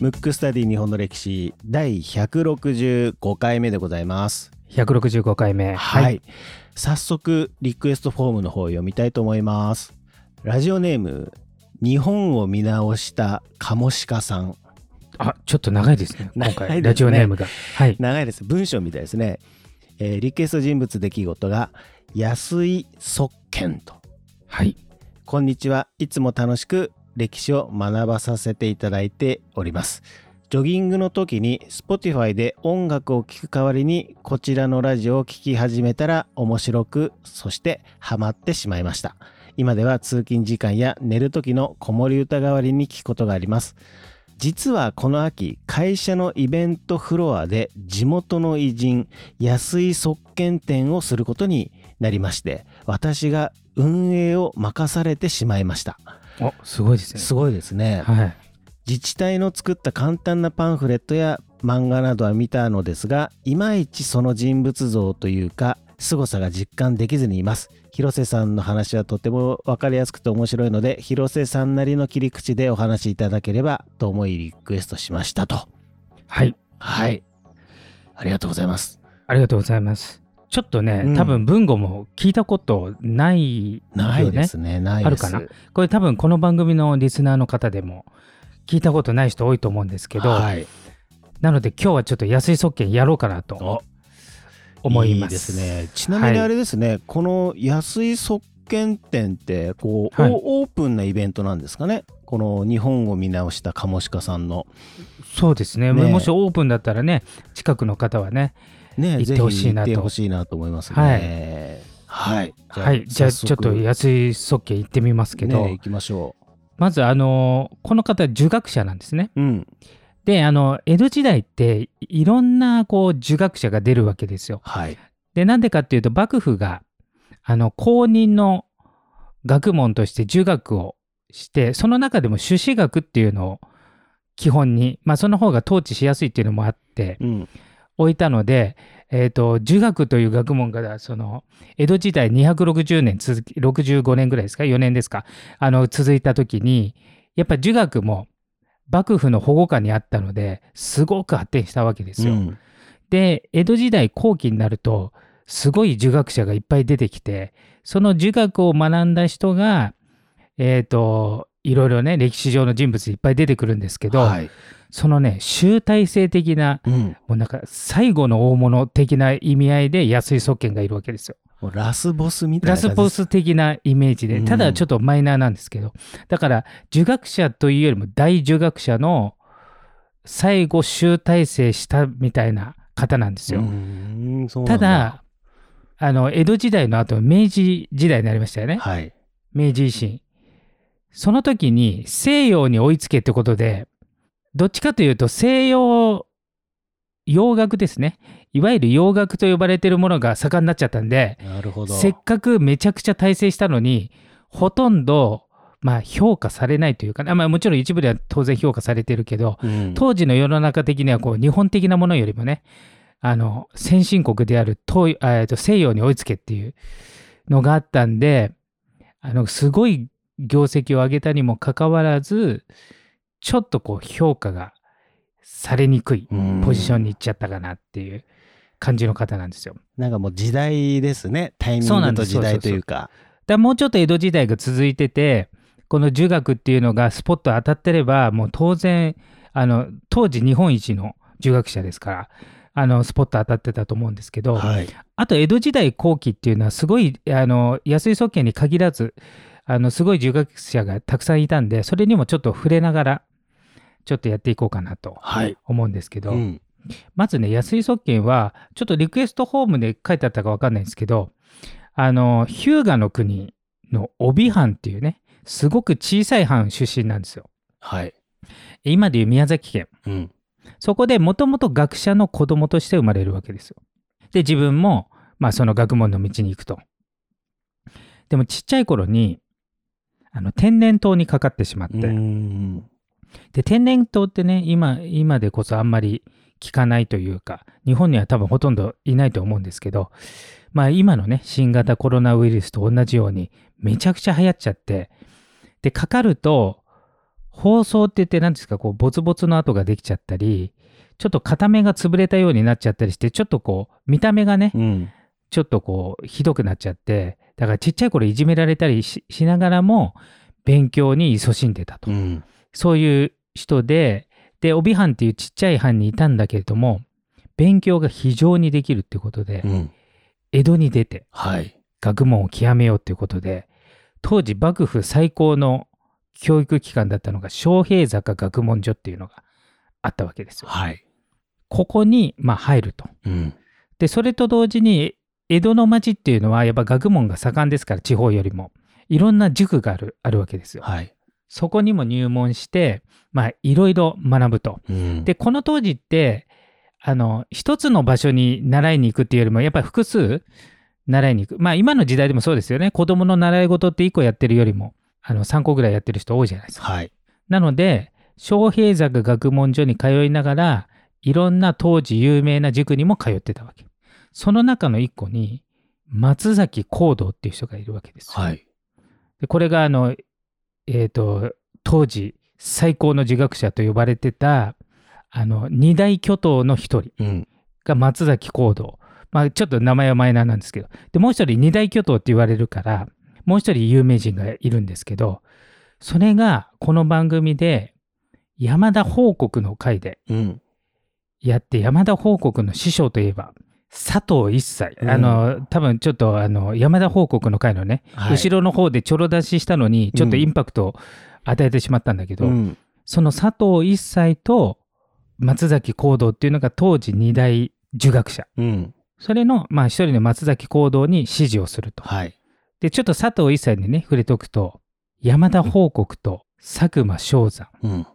ムックスタディ日本の歴史第165回目でございます。 165回目。はい。早速、リクエストフォームの方を読みたいと思います。ラジオネーム、日本を見直したカモシカさん。あ、ちょっと長いですね。今 長いですね回、ラジオネームが。はい。長いです。文章みたいですね。えーリクエスト人物出来事が、安井側見と。はい。こんにちは。いつも楽しく歴史を学ばさせていただいております。ジョギングの時に Spotify で音楽を聴く代わりにこちらのラジオを聴き始めたら面白く、そしてハマってしまいました。今では通勤時間や寝る時の子守歌代わりに聴くことがあります。実はこの秋、会社のイベントフロアで地元の偉人、安井側見展をすることになりまして私が運営を任されてしまいましたお、すごいですね。すごいですね、はい。自治体の作った簡単なパンフレットや漫画などは見たのですがいまいちその人物像というか凄さが実感できずにいます広瀬さんの話はとても分かりやすくて面白いので広瀬さんなりの切り口でお話しいただければと思いリクエストしましたとはい。はいありがとうございますありがとうございます。ちょっとね、うん多分文語も聞いたことないよね。ないですねないですあるかなこれ多分この番組のリスナーの方でも聞いたことない人多いと思うんですけど、はい、なので今日はちょっと安い即券やろうかなとお思います。いですね。ちなみにはいあれですね、この安井側見店ってこう、はいおオープンなイベントなんですかね。この日本を見直したカモシカさんのそうですねねえもしオープンだったらね、近くの方はね、ね、行ってほしいなとぜひ行ってほしいなと思いますね。はい。はい、じゃあちょっとや安い即券行ってみますけど、ね、行きましょまずあのこの方儒学者なんですね。う。うん。であの江戸時代っていろんなこう儒学者が出るわけですよ。はい。でなんでかっていうと幕府があの公認の学問として儒学をしてその中でも朱子学っていうのを基本に、まあ、その方が統治しやすいっていうのもあってうん。置いたので、えー、と儒学という学問がその江戸時代260年続き65年ぐらいですか4年ですかあの続いた時にやっぱ儒学も幕府の保護下にあったのですごく発展したわけですよ。うんで江戸時代後期になるとすごい儒学者がいっぱい出てきてその儒学を学んだ人がえっ、といろいろね歴史上の人物いっぱい出てくるんですけど、はい。そのね集大成的なうん。もうなんか最後の大物的な意味合いで安井側見がいるわけですよ。もうラスボスみたいな感ラじスです。ボス的なイメージうでんただちょっとマイナーなんですけど、だから儒学者というよりも大儒学者の最後集大成したみたいな方なんですよ。うんそうなたんだ、だあの江戸時代の後明治時代になりましたよね、はい。明治維新その時に西洋に追いつけってことでどっちかというと西洋洋楽ですねいわゆる洋楽と呼ばれてるものが盛んになっちゃったんでなるほど。せっかくめちゃくちゃ大成したのにほとんどまあ評価されないというか、あまあ、もちろん一部では当然評価されてるけどうん当時の世の中的にはこう日本的なものよりもねあの先進国である東あえーと西洋に追いつけっていうのがあったんであのすごい業績を上げたにもかかわらずちょっとこう評価がされにくいうんポジションに行っちゃったかなっていう感じの方なんですよ。なんかもう時代ですね。タイミそうンなグんとです時代というか。だもうちょっと江戸時代が続いててこの儒学っていうのがスポット当たってればもう当然あの当時日本一の儒学者ですからあのスポット当たってたと思うんですけど、はい。あと江戸時代後期っていうのはすごいあの安井宗家に限らずあのすごい儒学者がたくさんいたんでそれにもちょっと触れながらちょっとやっていこうかなとはい。思うんですけど、うんまずね、安井側見は、ちょっとリクエストホームで書いてあったかわかんないんですけど、あの、日向の国の帯藩っていうね、すごく小さい藩出身なんですよ。はい。今でいう宮崎県。うん。そこでもともと学者の子供として生まれるわけですよ。で、自分も、まあ、その学問の道に行くと。でも、ちっちゃい頃に、あの、天然痘にかかってしまって、うんで天然痘ってね今今でこそあんまり効かないというか日本には多分ほとんどいないと思うんですけどまあ今のね新型コロナウイルスと同じようにめちゃくちゃ流行っちゃってでかかると包装って言って何ですかこうボツボツの跡ができちゃったりちょっと片目が潰れたようになっちゃったりしてちょっとこう見た目がねうん。ちょっとこうひどくなっちゃってだからちっちゃい頃いじめられたりししながらも勉強に勤しんでたと、うん。そういう人でで帯班っていうちっちゃい班にいたんだけれども勉強が非常にできるっていうことで、うん。江戸に出てはい。学問を極めようということで当時幕府最高の教育機関だったのが昌平坂学問所っていうのがあったわけですよ。はい。ここにまあ入ると。うん。でそれと同時に江戸の町っていうのはやっぱ学問が盛んですから地方よりもいろんな塾があるあるわけですよ。はい。そこにも入門してまあいろいろ学ぶと。うん。でこの当時ってあの一つの場所に習いに行くっていうよりもやっぱり複数習いに行くまあ今の時代でもそうですよね子供の習い事って1個やってるよりもあの3個ぐらいやってる人多いじゃないですか。はい。なので昌平坂学問所に通いながらいろんな当時有名な塾にも通ってたわけ。その中の1個に松崎光道っていう人がいるわけですよ。はい。でこれがあの、えー、と当時最高の自学者と呼ばれてたあの二大巨頭の一人うん。が松崎光道、まあ、ちょっと名前はマイナーなんですけどでもう一人二大巨頭って言われるからもう一人有名人がいるんですけどそれがこの番組で山田報告の回でうん。やって山田報告の師匠といえば佐藤一斎、あの多分ちょっとあの山田報告の回のねはい。後ろの方でちょろ出ししたのにちょっとインパクトを与えてしまったんだけど、うん。その佐藤一斎と松崎光道っていうのが当時二大儒学者うん。それのまあ一人の松崎光道に支持をするとはい。でちょっと佐藤一斎にね触れとくと山田報国と佐久間昌山うん。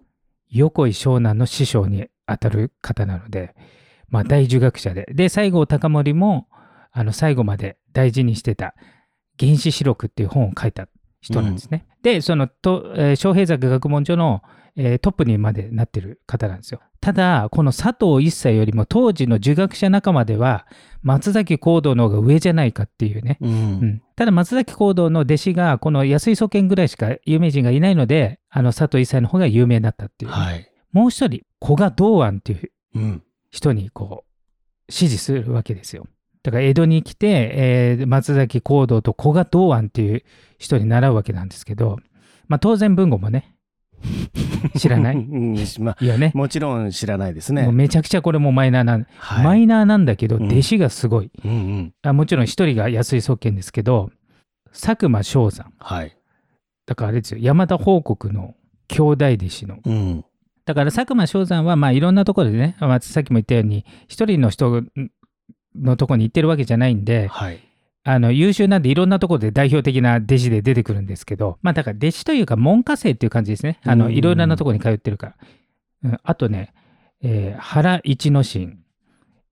横井湘南の師匠にあたる方なので、まあ、大儒学者でで西郷隆盛もあの最後まで大事にしてた「原始史録」っていう本を書いた人なんですね。でそのと、えー昌平作学問所の、えートップにまでなってる方なんですよ。ただこの佐藤一世よりも当時の儒学者仲間では松崎光道の方が上じゃないかっていうねう。うんん、ただ松崎行道の弟子がこの安井祖賢ぐらいしか有名人がいないのであの佐藤一斎の方が有名だったっていう、はい。もう一人古賀道安っていううん。人にこう支持するわけですよだから江戸に来て、えー松崎行道と古賀道安っていう人に習うわけなんですけど、まあ、当然文語 もね知らないうん。まあ、いやねもちろん知らないですもうね。めちゃくちゃこれもマイナーなん、はい。マイナーなんだけどうん弟子がすごい、うんうん。あもちろん一人が安井祖賢ですけど佐久間昌山はい。だからあれですよ山田報国の兄弟弟子のうん。だから佐久間翔山はまあいろんなところでね、まあ、さっきも言ったように一人の人のところに行ってるわけじゃないんではい。あの優秀なんでいろんなところで代表的な弟子で出てくるんですけどまあだから弟子というか門下生っていう感じですねあうのんいろいろなところに通ってるから、うん、あとね、えー原一之進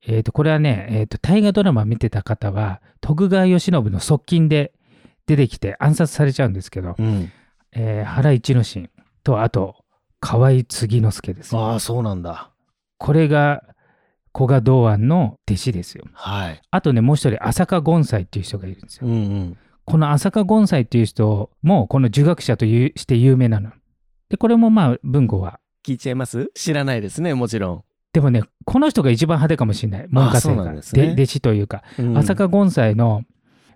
えー、とこれはね、えー、と大河ドラマ見てた方は徳川慶喜の側近で出てきて暗殺されちゃうんですけど、うん。えー原一之進とあと河合継之助です。ああ、そうなんだ。これが古賀道安の弟子ですよ。はい。あとねもう一人浅香権斎っていう人がいるんですよ。うんうん。この浅香権斎っていう人もこの儒学者というして有名なの。でこれもまあ文豪は。聞いちゃいます知らないですね、もちろん。でもねこの人が一番派手かもしれない門下生そうなが、んですねで弟子というか、うん浅香権斎の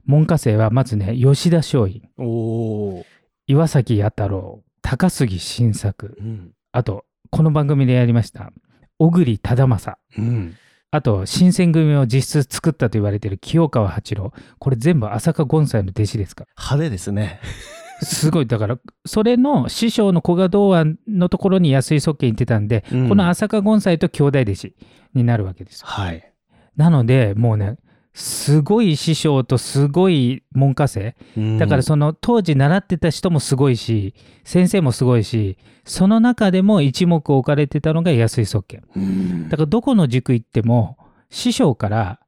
門下生はまずね吉田松陰おお。岩崎弥太郎高杉晋作うん。あとこの番組でやりました小栗忠政うん。あと、新選組を実質作ったと言われている清川八郎。これ全部浅香権斎の弟子ですか派手ですね。ら。すごい。だから、それの師匠の古賀道安のところに安井側家に行ってたんで、うんこの浅香権斎と兄弟弟子になるわけですよ。はい。なので、もうね、すごい師匠とすごい門下生。だからその当時習ってた人もすごいし、先生もすごいし、その中でも一目置かれてたのが安井側家。うん、だからどこの塾行っても師匠から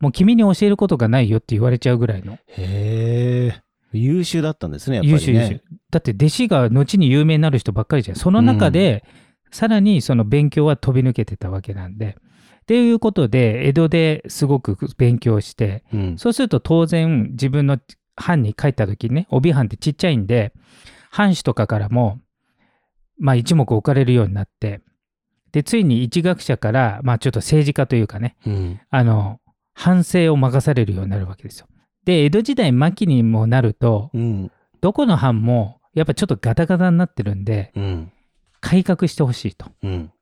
もう君に教えることがないよって言われちゃうぐらいのへえ。優秀だったんですね、やっぱり、ね。優秀優秀。だって弟子が後に有名になる人ばっかりじゃんその中で、さらにその勉強は飛び抜けてたわけなんで。っていうことで江戸ですごく勉強してうん。そうすると当然自分の班に帰った時にね帯班ってちっちゃいんで藩主とかからも、まあ、一目置かれるようになってでついに一学者から、まあ、ちょっと政治家というかねうん。あの反省を任されるようになるわけですよ。で江戸時代末期にもなるとうん。どこの藩もやっぱちょっとガタガタになってるんでうん。改革してほしいと。だかうん。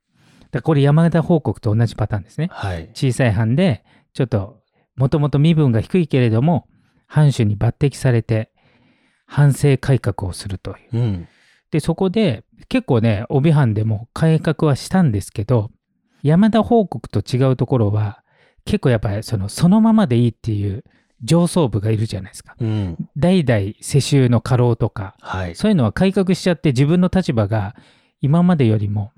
らこれ山形報告と同じパターンですね。はい。小さい藩でちょっともともと身分が低いけれども藩主に抜擢されて藩政改革をするという。うん。でそこで結構ね帯藩でも改革はしたんですけど山田報告と違うところは結構やっぱりそのそのままでいいっていう上層部がいるじゃないですか。うん。代々世襲の家老とかはい。そういうのは改革しちゃって自分の立場が今までよりも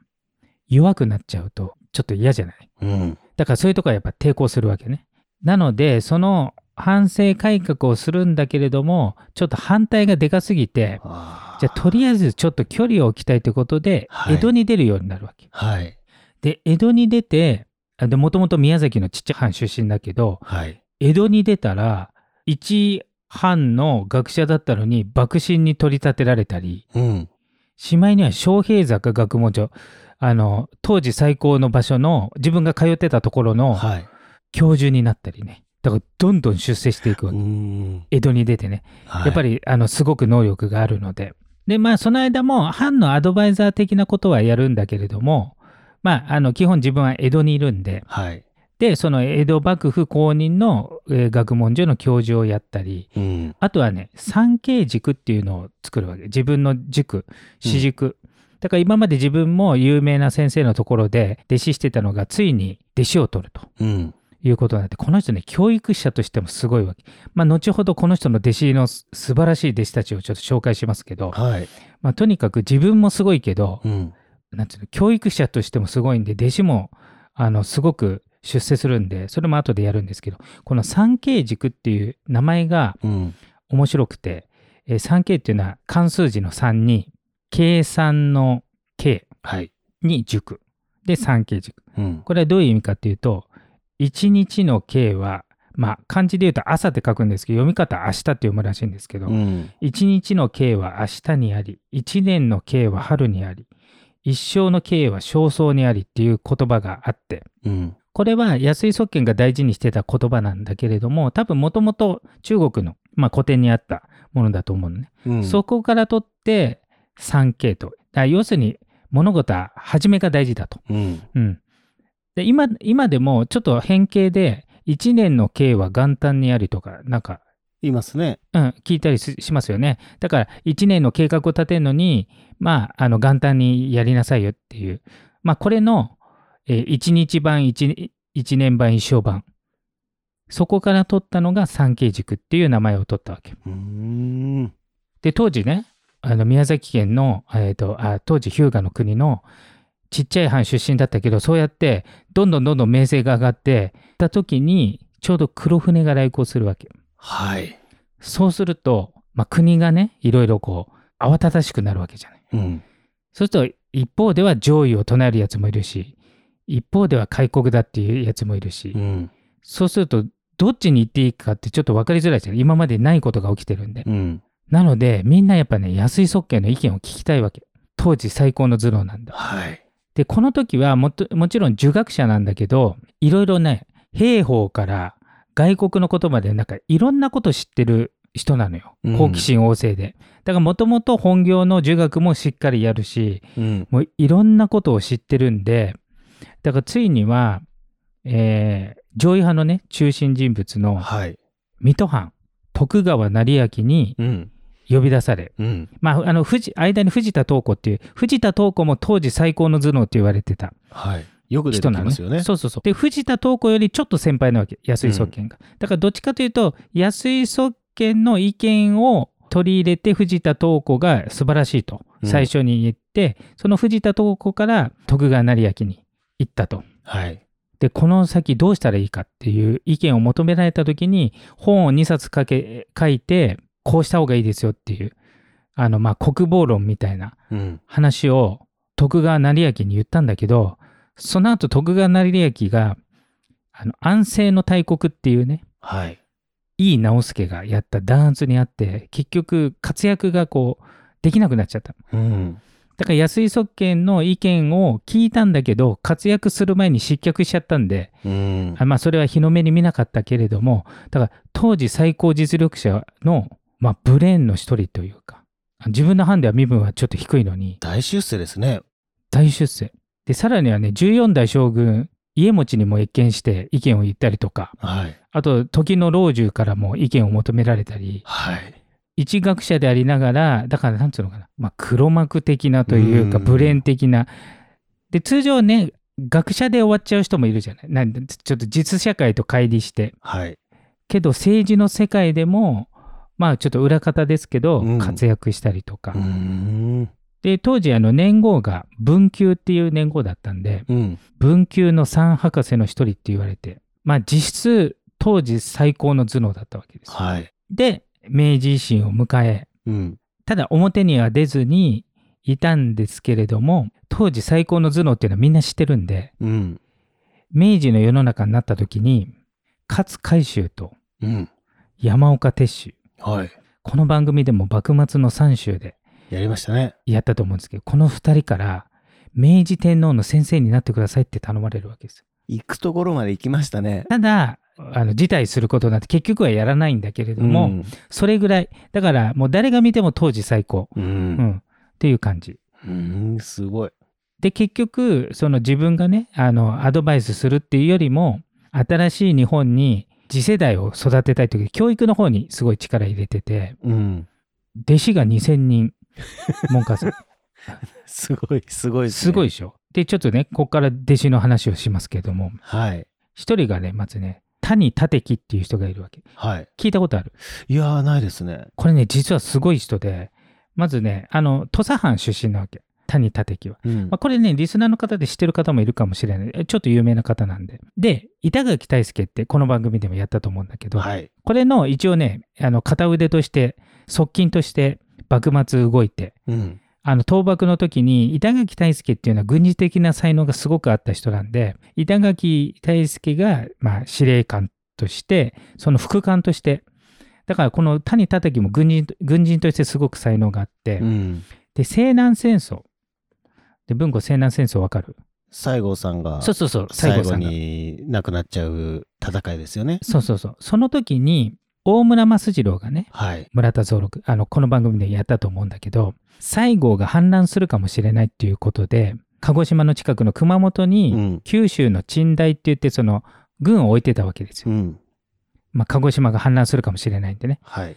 弱くなっちゃうとちょっと嫌じゃないうん。だからそういうとこはやっぱ抵抗するわけね。なのでその反省改革をするんだけれどもちょっと反対がでかすぎてあーじゃあとりあえずちょっと距離を置きたいということで、はい江戸に出るようになるわけ。はい。で江戸に出てあでもともと宮崎のちっちゃい藩出身だけどはい。江戸に出たら一藩の学者だったのに幕臣に取り立てられたりうん。しまいには昌平坂学問所あの当時最高の場所の自分が通ってたところのはい。教授になったりねだからどんどん出世していくわうけ、ん。江戸に出てねはいやっぱ。り、あのすごく能力があるのででまあその間も藩のアドバイザー的なことはやるんだけれどもまああの基本自分は江戸にいるんではい。でその江戸幕府公認の、えー学問所の教授をやったりうん。あとはね産経塾っていうのを作るわけ自分の塾私塾、だから今まで自分も有名な先生のところで弟子してたのがついに弟子を取るとうん。いうことになってこの人ね教育者としてもすごいわけ、まあ、後ほどこの人の弟子のす素晴らしい弟子たちをちょっと紹介しますけど、はい。まあ、とにかく自分もすごいけどうん。なんていうの教育者としてもすごいんで弟子もあのすごく出世するんでそれも後でやるんですけどこの三景軸っていう名前がうん。面白くて、えー、三景っていうのは漢数字の3に計算の計はい。に塾で三景軸うん。これはどういう意味かっていうと一日の計はまあ漢字で言うと朝って書くんですけど読み方は明日って読むらしいんですけどうん。一、日の計は明日にあり一年の計は春にあり一生の計は焦燥にありっていう言葉があってうん。これは安井側見が大事にしてた言葉なんだけれども多分もともと中国の、まあ、古典にあったものだと思うのね、うん。そこから取って三系とだから要するに物事は初めが大事だとうん。うん、で今今でもちょっと変形で1年の計は元旦にありとかなんか、いますね。うん、聞いたりししますよねだから1年の計画を立てるのにまああの元旦にやりなさいよっていうまあこれの、え1日版 1, 1年版一生版そこから取ったのが三景軸っていう名前を取ったわけ。うーん。で当時ねあの宮崎県の、えー、とあ当時日向の国のちっちゃい藩出身だったけどそうやってどんどんどんどん名声が上がってた時にちょうど黒船が来航するわけはい。そうすると、まあ、国がねいろいろこう慌ただしくなるわけじゃないうん。そうすると一方では上位を唱えるやつもいるし一方では開国だっていうやつもいるし、うん。そうするとどっちに行っていいかってちょっと分かりづらいじゃない今までないことが起きてるんでうん。なので、みんなやっぱね、安井側見の意見を聞きたいわけ。当時最高の頭脳なんだ。はい。で、この時はもっともちろん儒学者なんだけど、いろいろね、兵法から外国のことまで、なんかいろんなこと知ってる人なのようん。好奇心旺盛で。だからもともと本業の儒学もしっかりやるし、うん。もういろんなことを知ってるんで、だからついには、えー上位派のね、中心人物のはい。水戸藩、徳川成明にうん。呼び出され、うん。まあ、あの藤間に藤田東子っていう藤田東子も当時最高の頭脳って言われてたはい。よく出て人きなの、ますよね。そうそうそうで藤田東子よりちょっと先輩なわけ安井側見が、だからどっちかというと安井側見の意見を取り入れて藤田東子が素晴らしいとうん最初に言って、その藤田東子から徳川成明に行ったと。はい。でこの先どうしたらいいかっていう意見を求められた時に本を2冊かけ書いてこうした方がいいですよっていうあのまあ国防論みたいなうん。話を徳川成明に言ったんだけどその後徳川成明があの安政の大国っていうねはい。井伊直弼がやった弾圧にあって結局活躍がこうできなくなっちゃった。うん。だから安井側見の意見を聞いたんだけど、活躍する前に失脚しちゃったんで、うんあまあそれは日の目に見なかったけれどもだから当時最高実力者の、まあ、ブレーンの一人というか自分の判では身分はちょっと低いのに大出世ですね。大出世でさらにはね14代将軍家持にも謁見して意見を言ったりとかはい。あと時の老中からも意見を求められたりはい。一学者でありながらだからなんつうのかな、まあ、黒幕的なというかうんブレーン的なで通常ね学者で終わっちゃう人もいるじゃないなんでちょっと実社会と乖離してはい。けど政治の世界でもまあちょっと裏方ですけど、うん活躍したりとか、うん。で当時あの年号が文久っていう年号だったんでうん。文久の三博士の一人って言われてまあ実質当時最高の頭脳だったわけです。はい。で明治維新を迎えうん。ただ表には出ずにいたんですけれども当時最高の頭脳っていうのはみんな知ってるんでうん。明治の世の中になった時に勝海舟とうん。山岡鉄舟はい。この番組でも幕末の三州でやりましたね。やったと思うんですけどこの2人から明治天皇の先生になってくださいって頼まれるわけですよ行くところまで行きましたね。ただあの辞退することになって結局はやらないんだけれども、うんそれぐらいだからもう誰が見ても当時最高、ううんん。っていう感じうん。すごい。で結局その自分がねあのアドバイスするっていうよりも新しい日本に次世代を育てたいという教育の方にすごい力入れててうん。弟子が2,000人門下生すごい、すごいですすねごいで。しょ。で、ちょっとね、ここから弟子の話をしますけども、はい。一人がね、まずね、谷立樹っていう人がいるわけ。はい。聞いたことある。いやー、ないですね。これね、実はすごい人で、まずね、あの、土佐藩出身なわけ。谷立樹は。うんまあ、これね、リスナーの方で知ってる方もいるかもしれない。えちょっと有名な方なんで。で、板垣大輔って、この番組でもやったと思うんだけど、はい。これの一応ね、あの片腕として、側近として、幕末動いて、うん。あの倒幕の時に板垣大輔っていうのは軍事的な才能がすごくあった人なんで板垣大輔がまあ司令官としてその副官としてだからこの谷叩きも軍人軍人としてすごく才能があって、うん。で西南戦争で文庫西南戦争わかる西郷さんがそうそうそう西最郷後さんがに亡くなっちゃう戦いですよね。そうそうそうその時に大村益次郎がねはい。村田蔵六あのこの番組でやったと思うんだけど西郷が反乱するかもしれないっていうことで鹿児島の近くの熊本うにん。九州の鎮台って言ってその軍を置いてたわけですよ、うん。まあ、鹿児島が反乱するかもしれないんでねはい。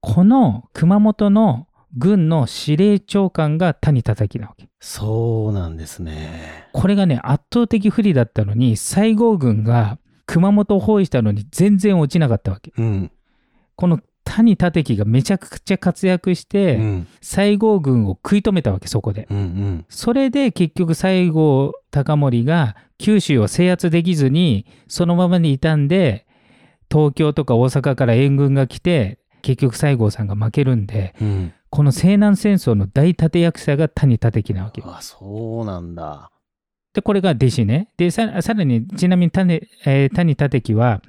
この熊本の軍の司令長官が谷叩きなわけそうなんですね。これがね圧倒的不利だったのに西郷軍が熊本を包囲したのに全然落ちなかったわけうん。この谷立樹がめちゃくちゃ活躍しうて、ん。西郷軍を食い止めたわけそこでうん。うん。それで結局西郷隆盛が九州を制圧できずにそのままにいたんで東京とか大阪から援軍が来て結局西郷さんが負けるんでうん。この西南戦争の大立役者が谷立樹なわけあ、そうなんだ。でこれが弟子ねでささらにちなみに谷,、えー谷立樹は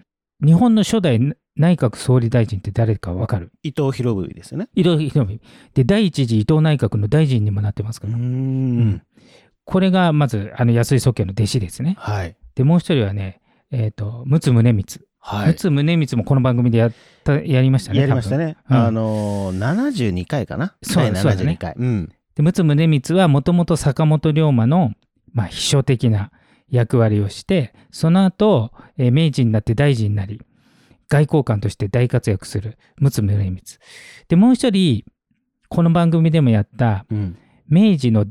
日本の初代内閣総理大臣って誰かわかる伊藤博文ですよね。伊藤博文で第一次伊藤内閣の大臣にもなってますから、ん。これがまずあの安井宗家の弟子ですねはい。でもう一人はね、えっと陸奥宗光、はい。陸奥宗光もこの番組でやったやりましたねやりましたね。多分うんあのー、72回かな。そう第そうだね72回。うん。多分で陸奥宗光はもともと坂本龍馬の、まあ、秘書的な役割をしてその後、えー明治になって大臣になり外交官として大活躍する陸奥宗光でもう一人この番組でもやったうん。明治の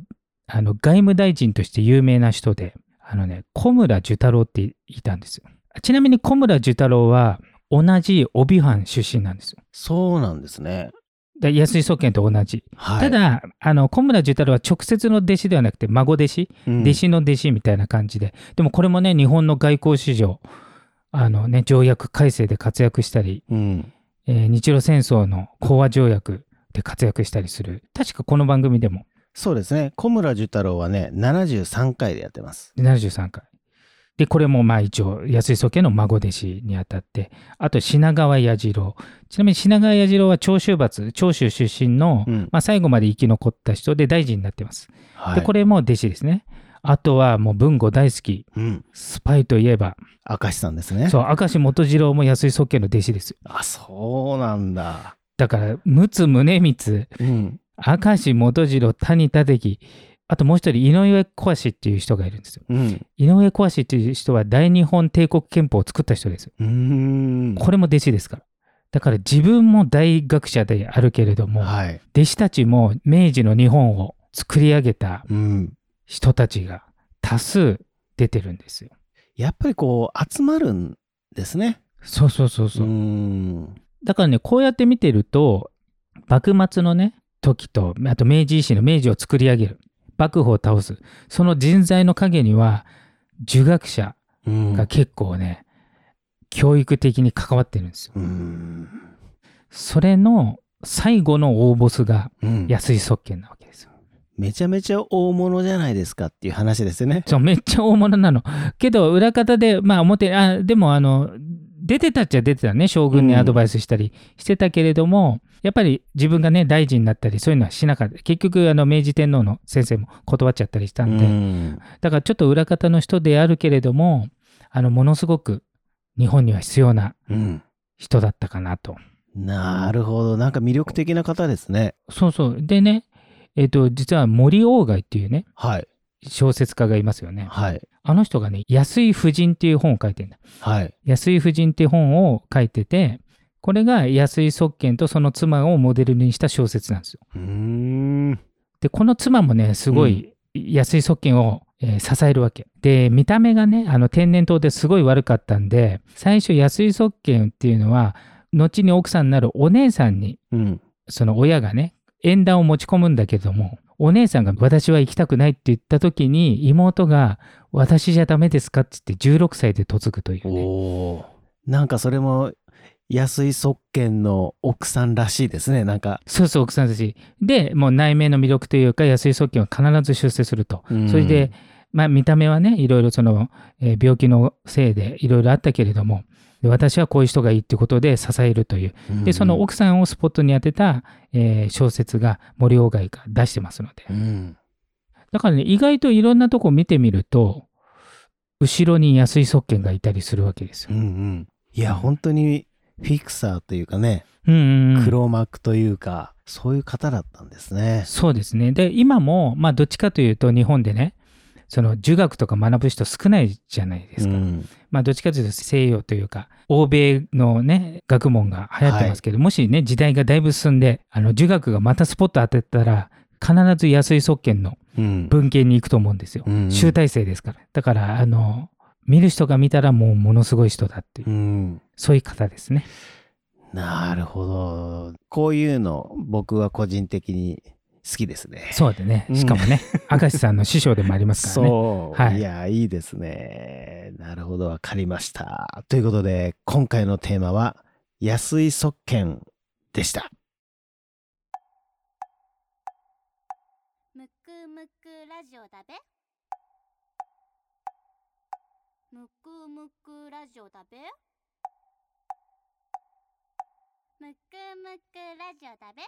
あの外務大臣として有名な人で、あのね、小村寿太郎っていたんですよ。ちなみに小村寿太郎は同じ帯藩出身なんですよ。そうなんですね。で安井宗賢と同じ。はい。ただ、あの小村寿太郎は直接の弟子ではなくて孫弟子、うん、弟子の弟子みたいな感じで、でもこれもね、日本の外交史上、あのね、条約改正で活躍したり、うん。えー日露戦争の講和条約で活躍したりする。確かこの番組でもそうですね。小村寿太郎はね、73回でやってます。 73回。で、これもまあ一応、安井宗家の孫弟子にあたって、あと品川弥次郎。ちなみに品川弥次郎は長州閥、長州出身の、うんまあ最後まで生き残った人で大臣になってます。はで、いこれも弟子ですね。あとはもう文豪大好き、うん、スパイといえば、明石さんですねそう、明石元次郎も安井宗家の弟子です。あそうなんだ、だから、陸奥宗光、うん、明石元次郎、谷立樹、あともう一人、井上小橋っていう人がいるんですよ。うん井上小橋っていう人は大日本帝国憲法を作った人です。うーんこれも弟子ですから。だから自分も大学者であるけれども、はい、弟子たちも明治の日本を作り上げたうん、人たちが多数出てるんですよ。やっぱりこう集まるんですねそうそうそうそうう。ーんだからね、こうやって見てると、幕末のね、時と、あと明治維新の明治を作り上げる、幕府を倒す、その人材の陰には、儒学者うんが結構ね、教育的に関わってるんですよ。うんそれの最後の大ボスがうん安井側権なわけですよ。めちゃめちゃ大物じゃないですかっていう話ですねそうめっちゃ大物なの。けど、裏方で、まあ表、あ、でも、あの、出てたっちゃ出てたね。将軍にうんアドバイスしたりしてたけれども、やっぱり自分がね、大臣になったり、そういうのはしなかった。結局、あの、明治天皇の先生も断っちゃったりしたんで、うんだからちょっと裏方の人であるけれども、あの、ものすごく日本には必要なうん人だったかなと。なるほどなんか魅力的な方ですねそうそう。でね、えっ、と、実は森鴎外っていうね、はい小説家がいますよね。はいあの人がね、安井夫人っていう本を書いてんだ。はい安井夫人って本を書いてて、これが安井側権とその妻をモデルにした小説なんですよ。うーんで、この妻もね、すごい安井側権を、えー支えるわけ。で、見た目がね、あの天然痘ですごい悪かったんで、最初安井側権っていうのは、後に奥さんになるお姉さんに、うんその親がね、縁談を持ち込むんだけども、お姉さんが私は行きたくないって言った時に、妹が私じゃダメですかって言って16歳で嫁ぐという、おね。おーなんかそれも安井側権の奥さんらしいですねなんか、そうそう、奥さんたち。で、もう内面の魅力というか、安井側近は必ず出世すると。うんそれで、まあ、見た目はね、いろいろその、えー病気のせいでいろいろあったけれども、で私はこういう人がいいってことで支えるという。で、その奥さんをスポットに当てた、えー小説が森鴎外が出してますのでう。んだからね、意外といろんなとこ見てみると、後ろに安井側近がいたりするわけですうよ。んうんいや本当にフィクサーというかねうんうんうん黒幕というか、そういう方だったんですねそうですね。で、今も、まあ、どっちかというと、日本でね、その儒学とか学ぶ人少ないじゃないですか。うんまあ、どっちかというと西洋というか、欧米のね、学問が流行ってますけど、もしね、時代がだいぶ進んで、あの、儒学がまたスポット当てたら、必ず安井側権のうん文献に行くと思うんですよ。うんうん集大成ですから。だから、あの、見る人が見たらもうものすごい人だっていう、うんそういう方ですね。なるほどこういうの僕は個人的に好きですねそうでね、しかも ね、明石さんの師匠でもありますからね。そう、、はいいやいいですねなるほどわかりましたということで今回のテーマは安井側権でしたむくむくラジオだべむくむくラジオだべむくむくラジオだべ